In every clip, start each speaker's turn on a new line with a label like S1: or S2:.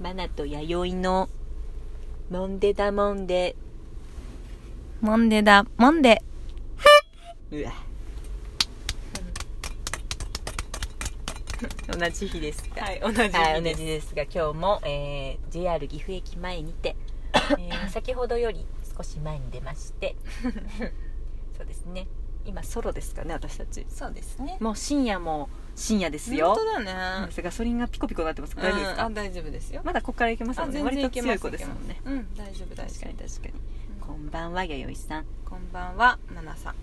S1: マナと弥生のモンデダモンデ
S2: モンデだ、モンデ。
S1: うわ同じ日ですか
S2: い、同じ
S1: はい、同じですが今日も、えー JR 岐阜駅前にて、え ー先ほどより少し前に出まして そうですね今ソロですかね私たち
S2: そうですね。
S1: もう深夜も深夜ですよ
S2: 本当
S1: うん
S2: だね。
S1: ガソリンがピコピコなってます大丈夫ですか、
S2: うんあ大丈夫ですよ。
S1: まだここから行けますもんね
S2: あ全
S1: 割と
S2: 然行け
S1: 強
S2: ます
S1: い子ですもんね
S2: うん、大丈夫、大
S1: 確
S2: 丈
S1: かに確かに、
S2: 夫。
S1: こ
S2: こん
S1: んばんは弥生さん
S2: こんばんは、マナさん。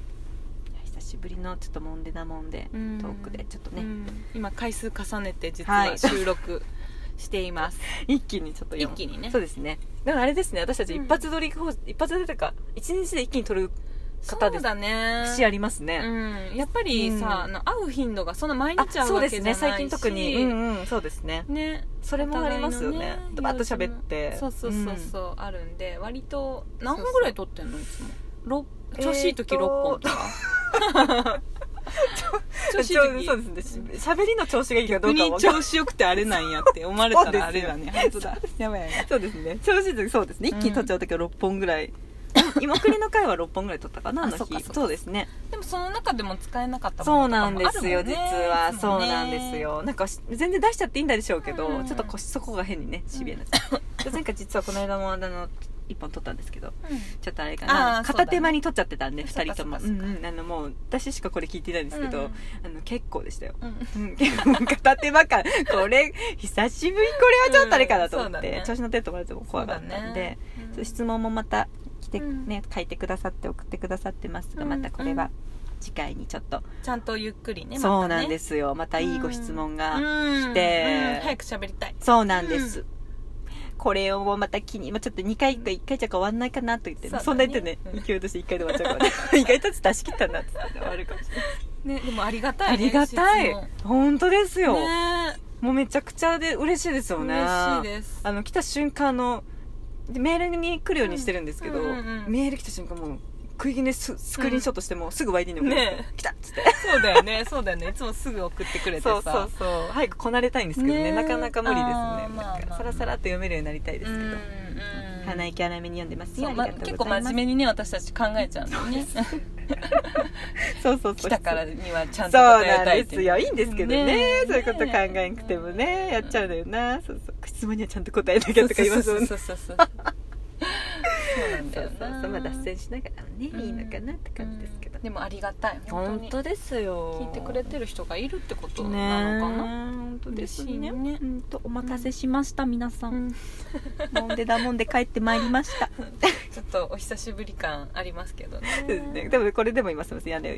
S1: 久しぶりのちょっともんでなもんで、
S2: うん
S1: トークでちょっとね、
S2: うん今回数重ねて、実
S1: は
S2: はい収録しています。
S1: 一気にちょっと
S2: 一
S1: 四
S2: 気にね
S1: そう。ですねだからあれですね私たち
S2: うん
S1: 一発撮り方、一発撮りというか一日で一気に撮る方です
S2: そうだね。
S1: 節ありますね、
S2: うん、やっぱりさ、
S1: う
S2: あの会う頻度がそんな毎
S1: あ
S2: 日会う
S1: そう
S2: わ
S1: で
S2: けじ
S1: す
S2: ゃな
S1: ね
S2: い
S1: 最近
S2: し
S1: 特にうんうんそうですね
S2: ね
S1: それもありますよ
S2: お互
S1: ね
S2: いのね
S1: ドバッと喋って
S2: そうそうそうそう、あるんで割と何本ぐらい撮ってんのいつもろ調子いい時
S1: えー
S2: 6
S1: と
S2: 本とか、調
S1: ん
S2: 子
S1: ち
S2: い
S1: ょ
S2: い時
S1: そうですねし喋りの調子がいいかどう
S2: 逆
S1: かは
S2: に
S1: 分かんない
S2: 調子よくてあれなんやって思われたらあれだね本当だやばいやばい
S1: そうですね調子いい時そうですね一気に撮っちゃう時は6本ぐらい、 今くりの回は6本ぐらい撮ったかなあの
S2: あそっか
S1: 日
S2: そっか
S1: そうですね
S2: でもその中でも使えなかった
S1: そ
S2: も
S1: う
S2: のと
S1: な
S2: か
S1: ん
S2: も
S1: で
S2: あるも
S1: す
S2: ね
S1: よ、実はい
S2: つ
S1: そ
S2: も
S1: う
S2: ね
S1: なんですよなんかし全然出しちゃっていいんだでしょうけど、
S2: うん
S1: ちょっと腰そこが変にねシビアな、でなんか実はこの間もあの1本撮ったんですけど
S2: うん
S1: ちょっとあれかな、
S2: あー
S1: 片手間に撮っちゃってたんで
S2: そう
S1: 2
S2: だね
S1: 人とも
S2: そっかそっか
S1: うんうんあのもう私しかこれ聞いてないんですけど、あの結構でしたよ、
S2: うんうん
S1: うん、片手間かこれ久しぶりこれはちょっとあれかなと思って、
S2: うんそうだね
S1: 調子乗ってると思われても怖かったんで、
S2: そうだね
S1: 質問もまた来て、
S2: うん
S1: ね書いてくださって送ってくださってますが、
S2: うん
S1: またこれは次回にちょっと、
S2: ちゃんとゆっくりね
S1: そうなん
S2: す
S1: ですよまたいいご質問が、
S2: 来
S1: て
S2: 早く喋りたい
S1: そうなんです、
S2: う
S1: これをまた気に、まあ、ちょっと2回か1回じゃ終わんないかなと言ってそ,、
S2: そ
S1: ん
S2: う
S1: な
S2: だ
S1: 言
S2: ね
S1: ってね、
S2: うん
S1: 勢いとして1回で終わっちゃうから 意外と出し切ったな って言って終わるかもしれない
S2: ねでもありがた
S1: あ
S2: いね
S1: りがたい
S2: 質問
S1: 本当ですよ、
S2: ね
S1: もうめちゃくちゃで嬉しいですよね
S2: 嬉しいです
S1: あの来た瞬間あのでメールに来るようにしてるんですけど、
S2: うんうんうん
S1: メール来た瞬間もう食い気味ススクリーンショットしてもうすぐ YD に送る、
S2: ね
S1: 来たっつって
S2: そうだよねそうだよねいつもすぐ送ってくれて
S1: そ
S2: さ
S1: うそうそう早くこなれたいんですけどね
S2: ねえ
S1: なかなか無理ですね
S2: あーまあ
S1: なんか
S2: まあ
S1: さらさらっと読めるようになりたいで
S2: うん
S1: すけど、
S2: うん
S1: 鼻息荒めに読んでますよ
S2: そうま
S1: ありがと
S2: 結
S1: うご
S2: 構
S1: ざいま
S2: 真
S1: す
S2: 面目にね私たち考えちゃうのね
S1: そうそうそ
S2: 来
S1: う
S2: たからにはちゃ
S1: そうん
S2: と
S1: な
S2: 答え
S1: ん
S2: たいっ
S1: で
S2: て
S1: すよいいんですけどね
S2: ねえ
S1: そういうこと考えなくてもねやっちゃうのよなそうそう質問にはちゃんと答えなきゃとか言います
S2: そ
S1: も
S2: うん
S1: ね
S2: そうそうそうそうなん
S1: そ
S2: だ
S1: う
S2: よ
S1: そう
S2: な
S1: そうまあ脱線しながらもね、いいのかなって感じですけど、
S2: うんでもありがたい本当に
S1: ですよ
S2: 聞いてくれてる人がいるってこと
S1: ね
S2: なのかな
S1: 本当です
S2: 嬉し
S1: ね
S2: いね
S1: うんとお待たせしました、皆さ、
S2: うんん
S1: もんでだもんで帰ってまいりました
S2: ちょっとお久しぶり感ありますけどね
S1: そうですね でもこれでも今すみませんあの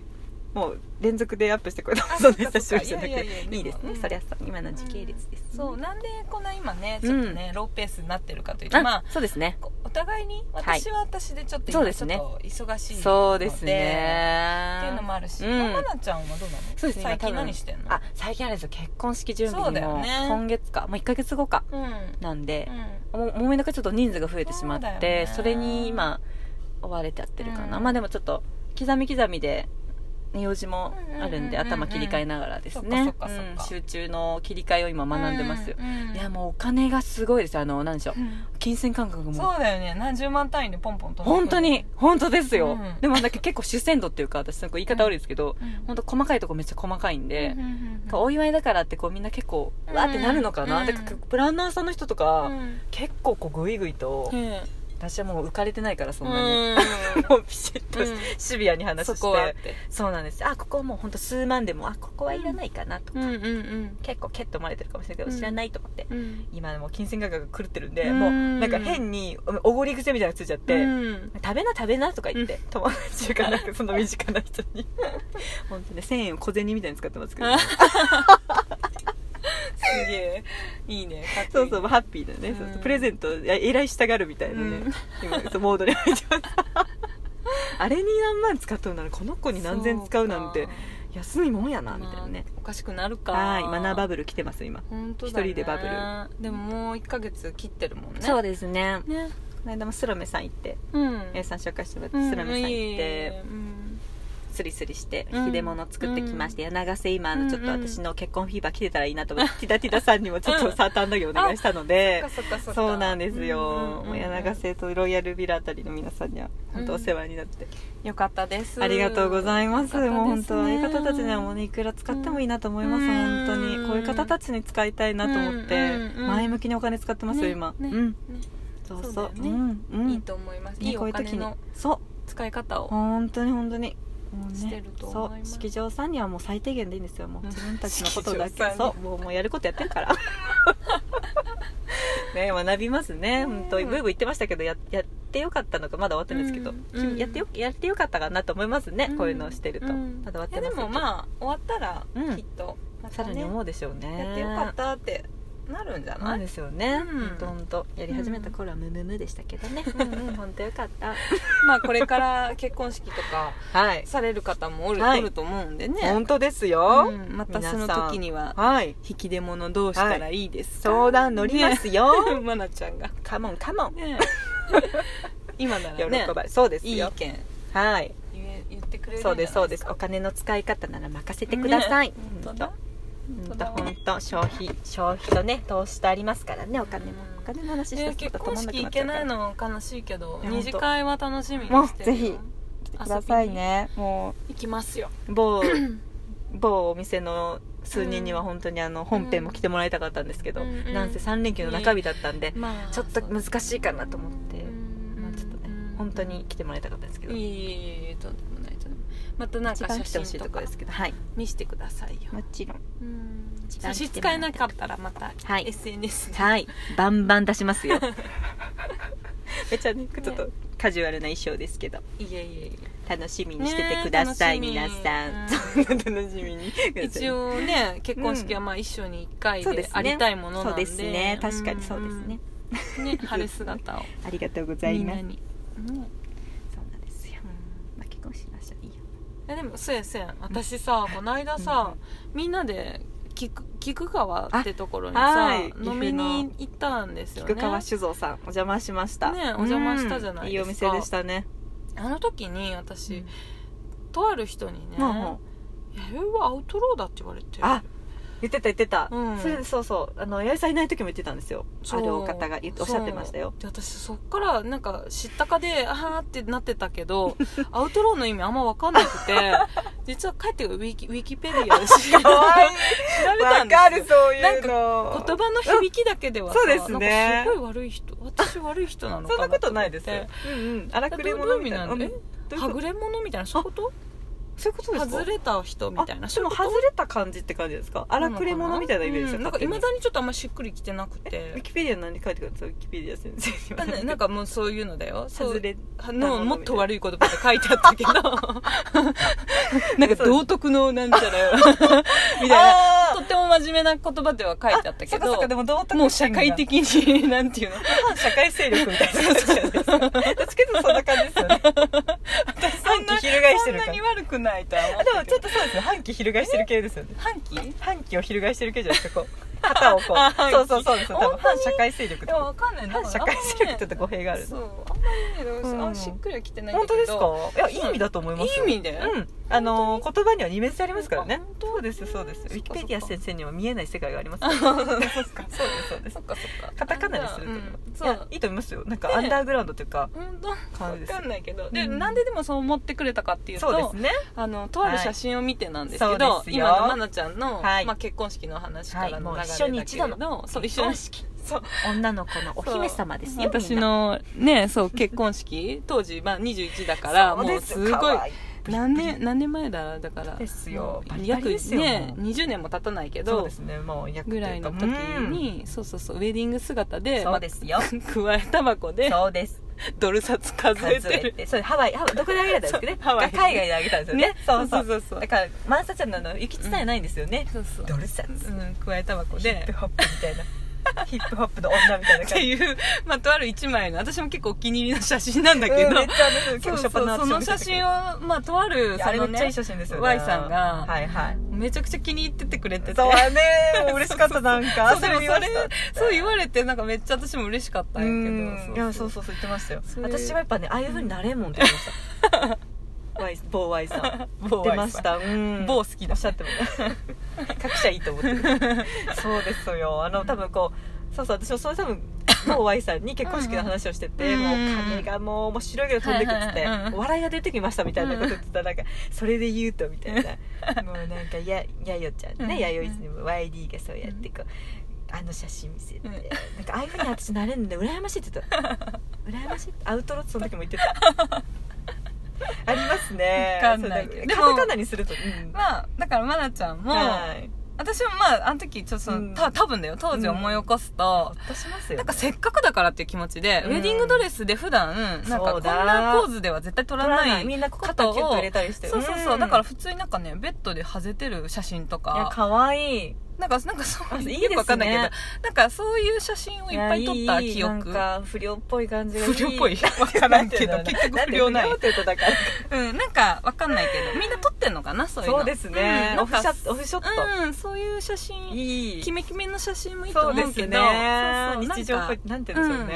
S1: もう連続でアップしてこれそんな久しぶりじゃなく
S2: いやいやいやで
S1: て
S2: も
S1: いいですね、
S2: うん
S1: そりゃそう今の時系列ですね、
S2: そうなんでこんな今ねちょっとね、ローペースになってるかというと
S1: あ、
S2: まあ
S1: そうですね
S2: こお互いに私は私でちょっと
S1: そう
S2: 今
S1: で
S2: ち
S1: す
S2: ょっ
S1: ね
S2: と忙しいので
S1: そうです
S2: っていうの
S1: ね
S2: もあるし、
S1: うん
S2: まあまなちゃんはどうなの
S1: そうですね
S2: 最
S1: 今多
S2: 近
S1: 分
S2: 何してんの
S1: あ最近あれですよ結婚式準備
S2: そう
S1: に
S2: だ
S1: も、
S2: よね
S1: 今月かもう1か月後か
S2: うん、うん、
S1: なんで、ももめのかちょっと人数が増えてしまって
S2: そ
S1: そ,、
S2: うだよね
S1: れに今追われてやってるかな、
S2: うん
S1: まあでもちょっと刻み刻みで用事もあるんで、
S2: うんうんうんうん
S1: 頭切り替えながらですね
S2: そっかそっかそっか
S1: うん集中の切り替えを今学んでますよ、
S2: うんうん
S1: いやもうお金がすごいですあの何でしょう金銭感覚
S2: そ
S1: も
S2: うだよね何十万単位でポンポンと
S1: 本当に、本当ですよ、
S2: うん
S1: でもなんか結構主戦度っていうか私なんか言い方悪いですけど、本当細かいとこめっちゃ細かいんで、なんかお祝いだからってこうみんな結構
S2: うん
S1: わーってなるのかな、
S2: うん
S1: だからプランナーさんの人と
S2: 当
S1: か、
S2: うん
S1: 結構こうグイグイと、私はもう浮かれてないからそんなに、もうピシッと
S2: うん
S1: シビアに話して
S2: そこはって
S1: そうなんですあここはもう本当数万でもあここはいらないかなと、
S2: うんうんうん
S1: 結構ケッと思われてるかもしれないけど、
S2: うん
S1: 知らないと思って
S2: うん
S1: 今もう金銭感覚が狂ってるんで、
S2: うん
S1: もうなんか変におごり癖みたいなのついちゃって、
S2: うん
S1: 食べな食べなとか言って、友達がなんかその身近な人 に本当ね1000円を小銭みたいに使ってますけど
S2: あすげえいいねかっこ
S1: そ
S2: いうい
S1: そうハッピーだね、
S2: うん
S1: そうそうプレゼントやえらいしたがるみたいなね、
S2: うん
S1: 今そうモードに入っちゃった あれに何万使っとるならこの子に何千使うなんて
S2: そ
S1: 安いもんや
S2: うか
S1: なみたいなね、
S2: まあおかしくなるか
S1: はいマナーバブル来てます今、
S2: 本当だね
S1: 一人でバブ
S2: でももう1ヶ月切ってるもんね
S1: そうですね
S2: ね
S1: この間もスラメさん行って
S2: うん
S1: 皆さん紹介してもらっ
S2: う
S1: て
S2: ん
S1: スラメさん
S2: い
S1: 行っ
S2: えいえ
S1: て、
S2: うん
S1: スリスリして
S2: うん
S1: 引き出物作ってきまして、柳瀬今あ
S2: うんう
S1: の
S2: ん
S1: ちょっと私の結婚フィーバー来てたらいいなと思って、ティダティダさんにもちょっ
S2: う
S1: と
S2: ん
S1: サーターアンダギーお願いしたので
S2: そっかそっかそっか
S1: そうなんです
S2: うんうんうん
S1: よ、
S2: うん
S1: もう柳瀬とロイヤルビラあたりの皆さんには本当お世話になって、
S2: よかったです
S1: ありがとうございます
S2: よかったですね
S1: もう本当ああいう方たちにはもうねいくら使ってもいいなと思います、
S2: う
S1: 本
S2: ん
S1: 当にこういう方たちに使いたいなと思って、
S2: うんうんうん
S1: 前向きにお金使ってますよ、
S2: ね
S1: 今、
S2: ね
S1: うん
S2: ね
S1: そうそう
S2: そうだよね
S1: んうん
S2: いいと思います、
S1: ね
S2: いい
S1: こうい
S2: お
S1: う時に
S2: 金の
S1: そう
S2: 使い方を
S1: 本当に本当にもうね
S2: してると思います
S1: そう式場さんにはもう最低限でいいんですよもう
S2: うん
S1: 自分たちのことだ
S2: 式場さん
S1: け
S2: に
S1: そうもうもうやることやってるから ね学びますね本当
S2: う
S1: に
S2: ん
S1: ブイブイ言ってましたけどややってよかったのかまだ終わってないですけど、
S2: うん
S1: 君やってよやってよかったかなと思いますね、
S2: ん
S1: こういうのをしてると、
S2: うん
S1: まだ終わってま
S2: い
S1: す
S2: やでも
S1: あ
S2: まあ終わったら
S1: うん
S2: きっとま
S1: さ
S2: た
S1: ら
S2: ね
S1: に思うでしょうね
S2: やってよかったってなるんじゃ
S1: そ
S2: な
S1: う
S2: い、
S1: ですよね、
S2: うん
S1: ほんとほんとやり始めた頃はムムムでしたけどね、うんうん、 本当よかった
S2: まあこれから 結婚式とか
S1: はい
S2: される方もおる,、
S1: はい
S2: おると思うんで
S1: 本
S2: ね、
S1: 当です
S2: う
S1: よ、
S2: ん、またその時には
S1: はい
S2: 引き出物どうしたらいいですか、
S1: 相談乗りますよ、
S2: ねまなちゃんが、
S1: カモンカモン
S2: ね、今な
S1: 喜
S2: らね
S1: ばれそうです
S2: いい意
S1: よ
S2: 見言
S1: はい
S2: え言ってくれるんじ
S1: そ
S2: ゃな
S1: う
S2: いで
S1: ですす
S2: か
S1: そうですお金の使い方なら任せてください、
S2: ね本当だ
S1: 本当本当消費消費とね投資とありますからねお金も
S2: うん
S1: お金の話して
S2: ね
S1: ちょっ
S2: 結
S1: と
S2: 婚
S1: 止まんなく
S2: 式
S1: な
S2: 行
S1: っち
S2: け
S1: ゃうか
S2: ない
S1: ら
S2: の悲しいけど
S1: いや
S2: 二次会は楽しみにしてる
S1: もうぜひ来て
S2: く
S1: く
S2: だ
S1: だ
S2: さ
S1: さ
S2: い
S1: いねも
S2: 行きますよ
S1: う 某某お店の数人には本当にあの本編も来てもらいたかったんですけど、
S2: うんうん
S1: なんせ3連休の中日だったんで、
S2: まあ
S1: ちょっと難しいかなと思って、
S2: うん
S1: まあ、ちょっとね本当に来てもらいたかったんですけ
S2: い
S1: ど
S2: えいえいえとんでもないとんでもないまたなん
S1: 一
S2: か
S1: 番来て
S2: 写
S1: ほし
S2: 真
S1: い
S2: と
S1: とこ
S2: か
S1: ですけどはい
S2: 見してくださいよ
S1: もちろん一
S2: 差
S1: 番
S2: し支えなかったらまた
S1: はい
S2: SNS で
S1: はいバンバン出しますよ めっちゃねちょっとカジュアルな衣装ですけど
S2: いえいえい
S1: 楽しみにしててください、
S2: ねえ
S1: 皆さん、楽しみに
S2: え一応ね結婚式はまあ一生に1回
S1: そうで
S2: です
S1: ね
S2: ありたいものなん
S1: そう
S2: で
S1: ですね確かにそうですね、
S2: うんね晴れ姿を
S1: ありがとうござい
S2: みん
S1: ま
S2: な
S1: す
S2: に
S1: そうなんですよ、まあ、結婚しましたいいよ
S2: えでもそうやそうや私さこの間さみんなで菊菊川ってところに
S1: あ
S2: さ
S1: はい
S2: 飲みに行ったんですよね
S1: 菊川酒造さんお邪魔しました
S2: ねえお邪魔したじゃな
S1: うん
S2: いですか
S1: いいお店でしたね
S2: あの時に
S1: う
S2: 私、
S1: ん
S2: とある人にね「
S1: ほうほ
S2: 弥生はアウトローだ」って言われて
S1: あ言ってた言ってた、
S2: うん
S1: それでそうそうあの八重さんいない時も言ってたんですよ
S2: そ
S1: あ
S2: う
S1: るお方が言っておっしゃってましたよ
S2: そうで私そっからなんか知ったかであーってなってた けどアウトローの意味あんま分かんなくて実は帰ってウィキウィキペディアで調 べ
S1: かわいい
S2: 調べたんですよ
S1: そう
S2: なんか
S1: の
S2: 言葉の響きだけではさ
S1: そうですね
S2: なんかすごい悪い人私悪い人なのか
S1: そん
S2: な
S1: なことないです
S2: と思
S1: よ
S2: っ。
S1: うんうん。荒くれ者みたいな。
S2: どういう意味なの
S1: うん
S2: え
S1: どう
S2: て
S1: いう
S2: は
S1: こ
S2: ぐ
S1: と
S2: れ者みたいなそういうこと
S1: そういうことですか
S2: 外れた人みたいな
S1: あ
S2: そ
S1: そう
S2: い
S1: の
S2: うこと
S1: 外れた感じって感じですか荒くれ者みたいなイメージです
S2: うん
S1: よ、
S2: なんか
S1: 勝
S2: い
S1: 手
S2: ま
S1: に
S2: だにちょっとあんましっくりきてなく
S1: ウィ
S2: て
S1: キペディア何書いてくるんですかウィキペディア先生に
S2: あ
S1: は
S2: ねなんかもうそういうのだよそう
S1: 外れ
S2: あのもっと悪い言葉で書いてあったけど なんか道徳のなんちゃ らみたいな
S1: あ
S2: と
S1: ー
S2: っても真面目な言葉では書いてあったけ
S1: そっかそっかで
S2: ど
S1: も道徳
S2: もう社会的になんていうの
S1: 反 社会勢力みたいな感じじゃないですかどっちかというとそんな感じですよね私反旗翻して
S2: そん
S1: る
S2: な
S1: 感じ
S2: に悪くないとは思
S1: あ
S2: っ
S1: で
S2: て
S1: もちょっとそうですね反旗翻してる系ですよね
S2: 反旗
S1: 反旗を翻してる系じゃないですかこう肩をこ
S2: あ
S1: う
S2: 反旗
S1: そうそうそうですよ多分反社会勢力ってこ
S2: でも
S1: と
S2: わかんない
S1: 反社会勢力ってちょっと語弊がある
S2: そうあんまりねどうし
S1: うん
S2: あしっくりはきてないんだ
S1: 本
S2: けど
S1: 当ですかいやいい意味だと思いますよ
S2: いい意味で
S1: うんあのー言葉には二面性ありますからね
S2: あ本当
S1: そうですそうですウ
S2: そっか
S1: ィキペディア先生には見えない世界があります
S2: そうですか
S1: そうですそうです
S2: そっかそっか
S1: カタカナにするっていうのは
S2: うん
S1: い
S2: そ
S1: や
S2: う
S1: いいと思いますよなんか
S2: ね
S1: アンダーグラウンドというか
S2: 本当
S1: 感じ
S2: 分
S1: ですよ
S2: かんないけどで、
S1: うん
S2: なんででもそう思ってくれたかっていうと
S1: そうですね
S2: あのとある写真を見てなんですけど、
S1: はいそうですよ
S2: 今のまなちゃんの、
S1: はい
S2: まあ、結婚式の話か
S1: は
S2: ら
S1: い
S2: の
S1: もう
S2: 流れだ
S1: 一
S2: け
S1: 緒
S2: れど、
S1: に一度の
S2: そう一緒に
S1: 結婚式
S2: そう
S1: 女の子のお姫様ですよ
S2: 私のねそう結婚式 当時、まあ、21だからもうすごい何年何年前だだから
S1: ですよ
S2: もう
S1: バリバリ
S2: 約
S1: ですよ
S2: ね
S1: もう
S2: 20年も経たないけ
S1: そう
S2: ど
S1: ですねもう約と
S2: ぐ
S1: いうから
S2: いの時に、そうそうそうウェディング姿で
S1: そうですよ
S2: まあ加えたばこ
S1: うん
S2: で
S1: そうです
S2: ドル札数え
S1: 数
S2: て
S1: え
S2: る
S1: てそうハワイハワイどこであげたんですかね
S2: そうハワイ
S1: 海外であげたんですよねそうそう
S2: そうそう
S1: だから万さちゃんのあの行き地さえないんですよね、
S2: そうそう
S1: ドル札
S2: うん加えたばこ
S1: ヒップ
S2: で
S1: ホップみたいなヒップホップの女みたいな
S2: っ
S1: 感
S2: て
S1: じ
S2: いう、まあ、とある一枚の私も結構お気に入りの写真なんだけど、
S1: うんめっちゃあの結
S2: そ
S1: 構初
S2: うそう
S1: っ端
S2: その写
S1: を
S2: 真を、まあ、とある
S1: あれめ
S2: その
S1: っちゃい
S2: ね
S1: い写真ですよね
S2: Y さんが
S1: はいはい
S2: めちゃくちゃ気に入っててくれてて
S1: そうはねもう嬉しかったなんか
S2: そうでもそれ
S1: 言われた
S2: そう言われてなんかめっちゃ私も嬉しかった
S1: うん
S2: やけど
S1: んいやそうそうそう言ってましたよ
S2: そ れ
S1: 私はやっぱねああいう風になれんもんって言ってました Y 某 Y さん
S2: 某
S1: 出ましたうん
S2: 某好きだ
S1: おっしゃっても 各社いいと思ってるそうですよあの多分こうそうそう私もそれ多分某 Y さんに結婚式の話をしてて
S2: うんうん
S1: もう金がもう面白いけど飛んでくっつって
S2: はいはいうんうん
S1: 笑いが出てきましたみたいなこと言ってたらなんかそれで言うとみたいなもうなんかややよちゃん
S2: うんうん
S1: ねやよいつにも YD がそうやってこうあの写真見せて
S2: うん
S1: なんかああいうふうに私なれるんで羨ましいって言 ってた羨ましいってアウトロってその時も言ってたありますね
S2: わかんない
S1: そう
S2: けど
S1: んか
S2: で
S1: カ
S2: も
S1: タカナにすると、うん
S2: まあだから愛菜ちゃんも、
S1: はい
S2: 私はまああの時ちょっとその、
S1: うん
S2: た多分だよ当時思い起こす
S1: ほ
S2: と、
S1: っとしますよ、ね、
S2: なんかせっかくだからっていう気持ちで、
S1: うん
S2: ウェディングドレスで普段なんか
S1: そ
S2: こ
S1: うんだ
S2: なポーズでは絶対撮らない
S1: みんなこう肩
S2: 肩
S1: を
S2: を
S1: キュッと入れたりして
S2: そうそうそう、だから
S1: い
S2: 普通になんかねベッドでハゼてる写真と
S1: や
S2: か
S1: 可愛いい
S2: なんかなんかそう
S1: いいですね
S2: よくわかんないけどなんかそういう写真をいっぱい撮った
S1: いやいい
S2: 記憶
S1: なんか不良っぽい感じがいい
S2: 不良っぽいわからんけど
S1: なんて言う
S2: 結
S1: んだろ
S2: 局
S1: う
S2: 不良ない
S1: んて言うんだろう
S2: うんなんかわかんないけどみんな撮ってんのかなそういうの
S1: そうですね
S2: うん、な
S1: オ
S2: ん
S1: フシ
S2: か
S1: ャオフショット、
S2: うんそういう写真
S1: いい
S2: キメキメの写真もいいと
S1: そう
S2: 思
S1: で
S2: うけ
S1: す
S2: ど
S1: ね
S2: そうそう
S1: 日常
S2: なん
S1: こ
S2: か
S1: うなんて言うんでしょうね、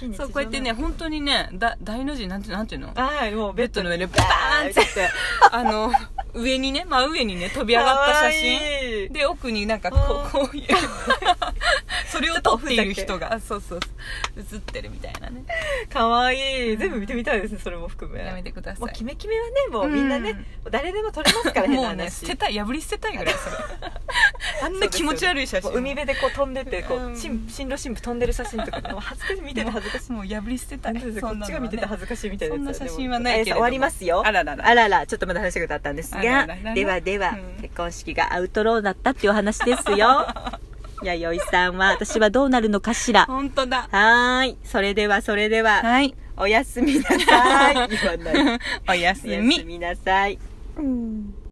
S1: 非日常
S2: そうこうやってね
S1: な
S2: 本当にねだ大の字なんてなんていうの
S1: はいもうベ
S2: ベッ
S1: ッド
S2: ド
S1: の
S2: の
S1: 上
S2: 上
S1: で
S2: で
S1: バ
S2: バ
S1: ー
S2: ー
S1: ン
S2: ン
S1: っ
S2: っててあの上にね真上にね飛び上がった写真
S1: 真
S2: で奥になんかこう こういうそれを撮っている人があ そうそうそう映ってるみたいなね
S1: かわいい全部見てみたいですねそれも含め
S2: やめてくださ
S1: もう
S2: い
S1: キメキメはねもうみんなね、
S2: うん
S1: もう誰でも撮れますから変な
S2: もうね
S1: 話
S2: 捨てたい破り捨てたいぐら いそれあんな気持ち悪い写
S1: も
S2: 真
S1: う海辺でこう飛んでてこう、
S2: うん
S1: 新新郎新婦飛んでる写真とかもう恥ずかしい見てて恥ずかしい
S2: もう破り捨てたい
S1: 本当ですよこっちが見てて恥ずかしいみたいなやつ
S2: そんな写真はないけれど
S1: でもあさん終わりますよ
S2: あららら
S1: あららちょっとまだ話があったんですが
S2: あらららら
S1: ではでは、
S2: うん
S1: 結婚式がアウトローだったっていうお話です よ弥生さんは私はどうなるのかしらは
S2: 本当だ
S1: ーいそれではそれでは、
S2: はい
S1: おやすみなさい言わない
S2: おやす
S1: おや
S2: み
S1: すみなさい、うん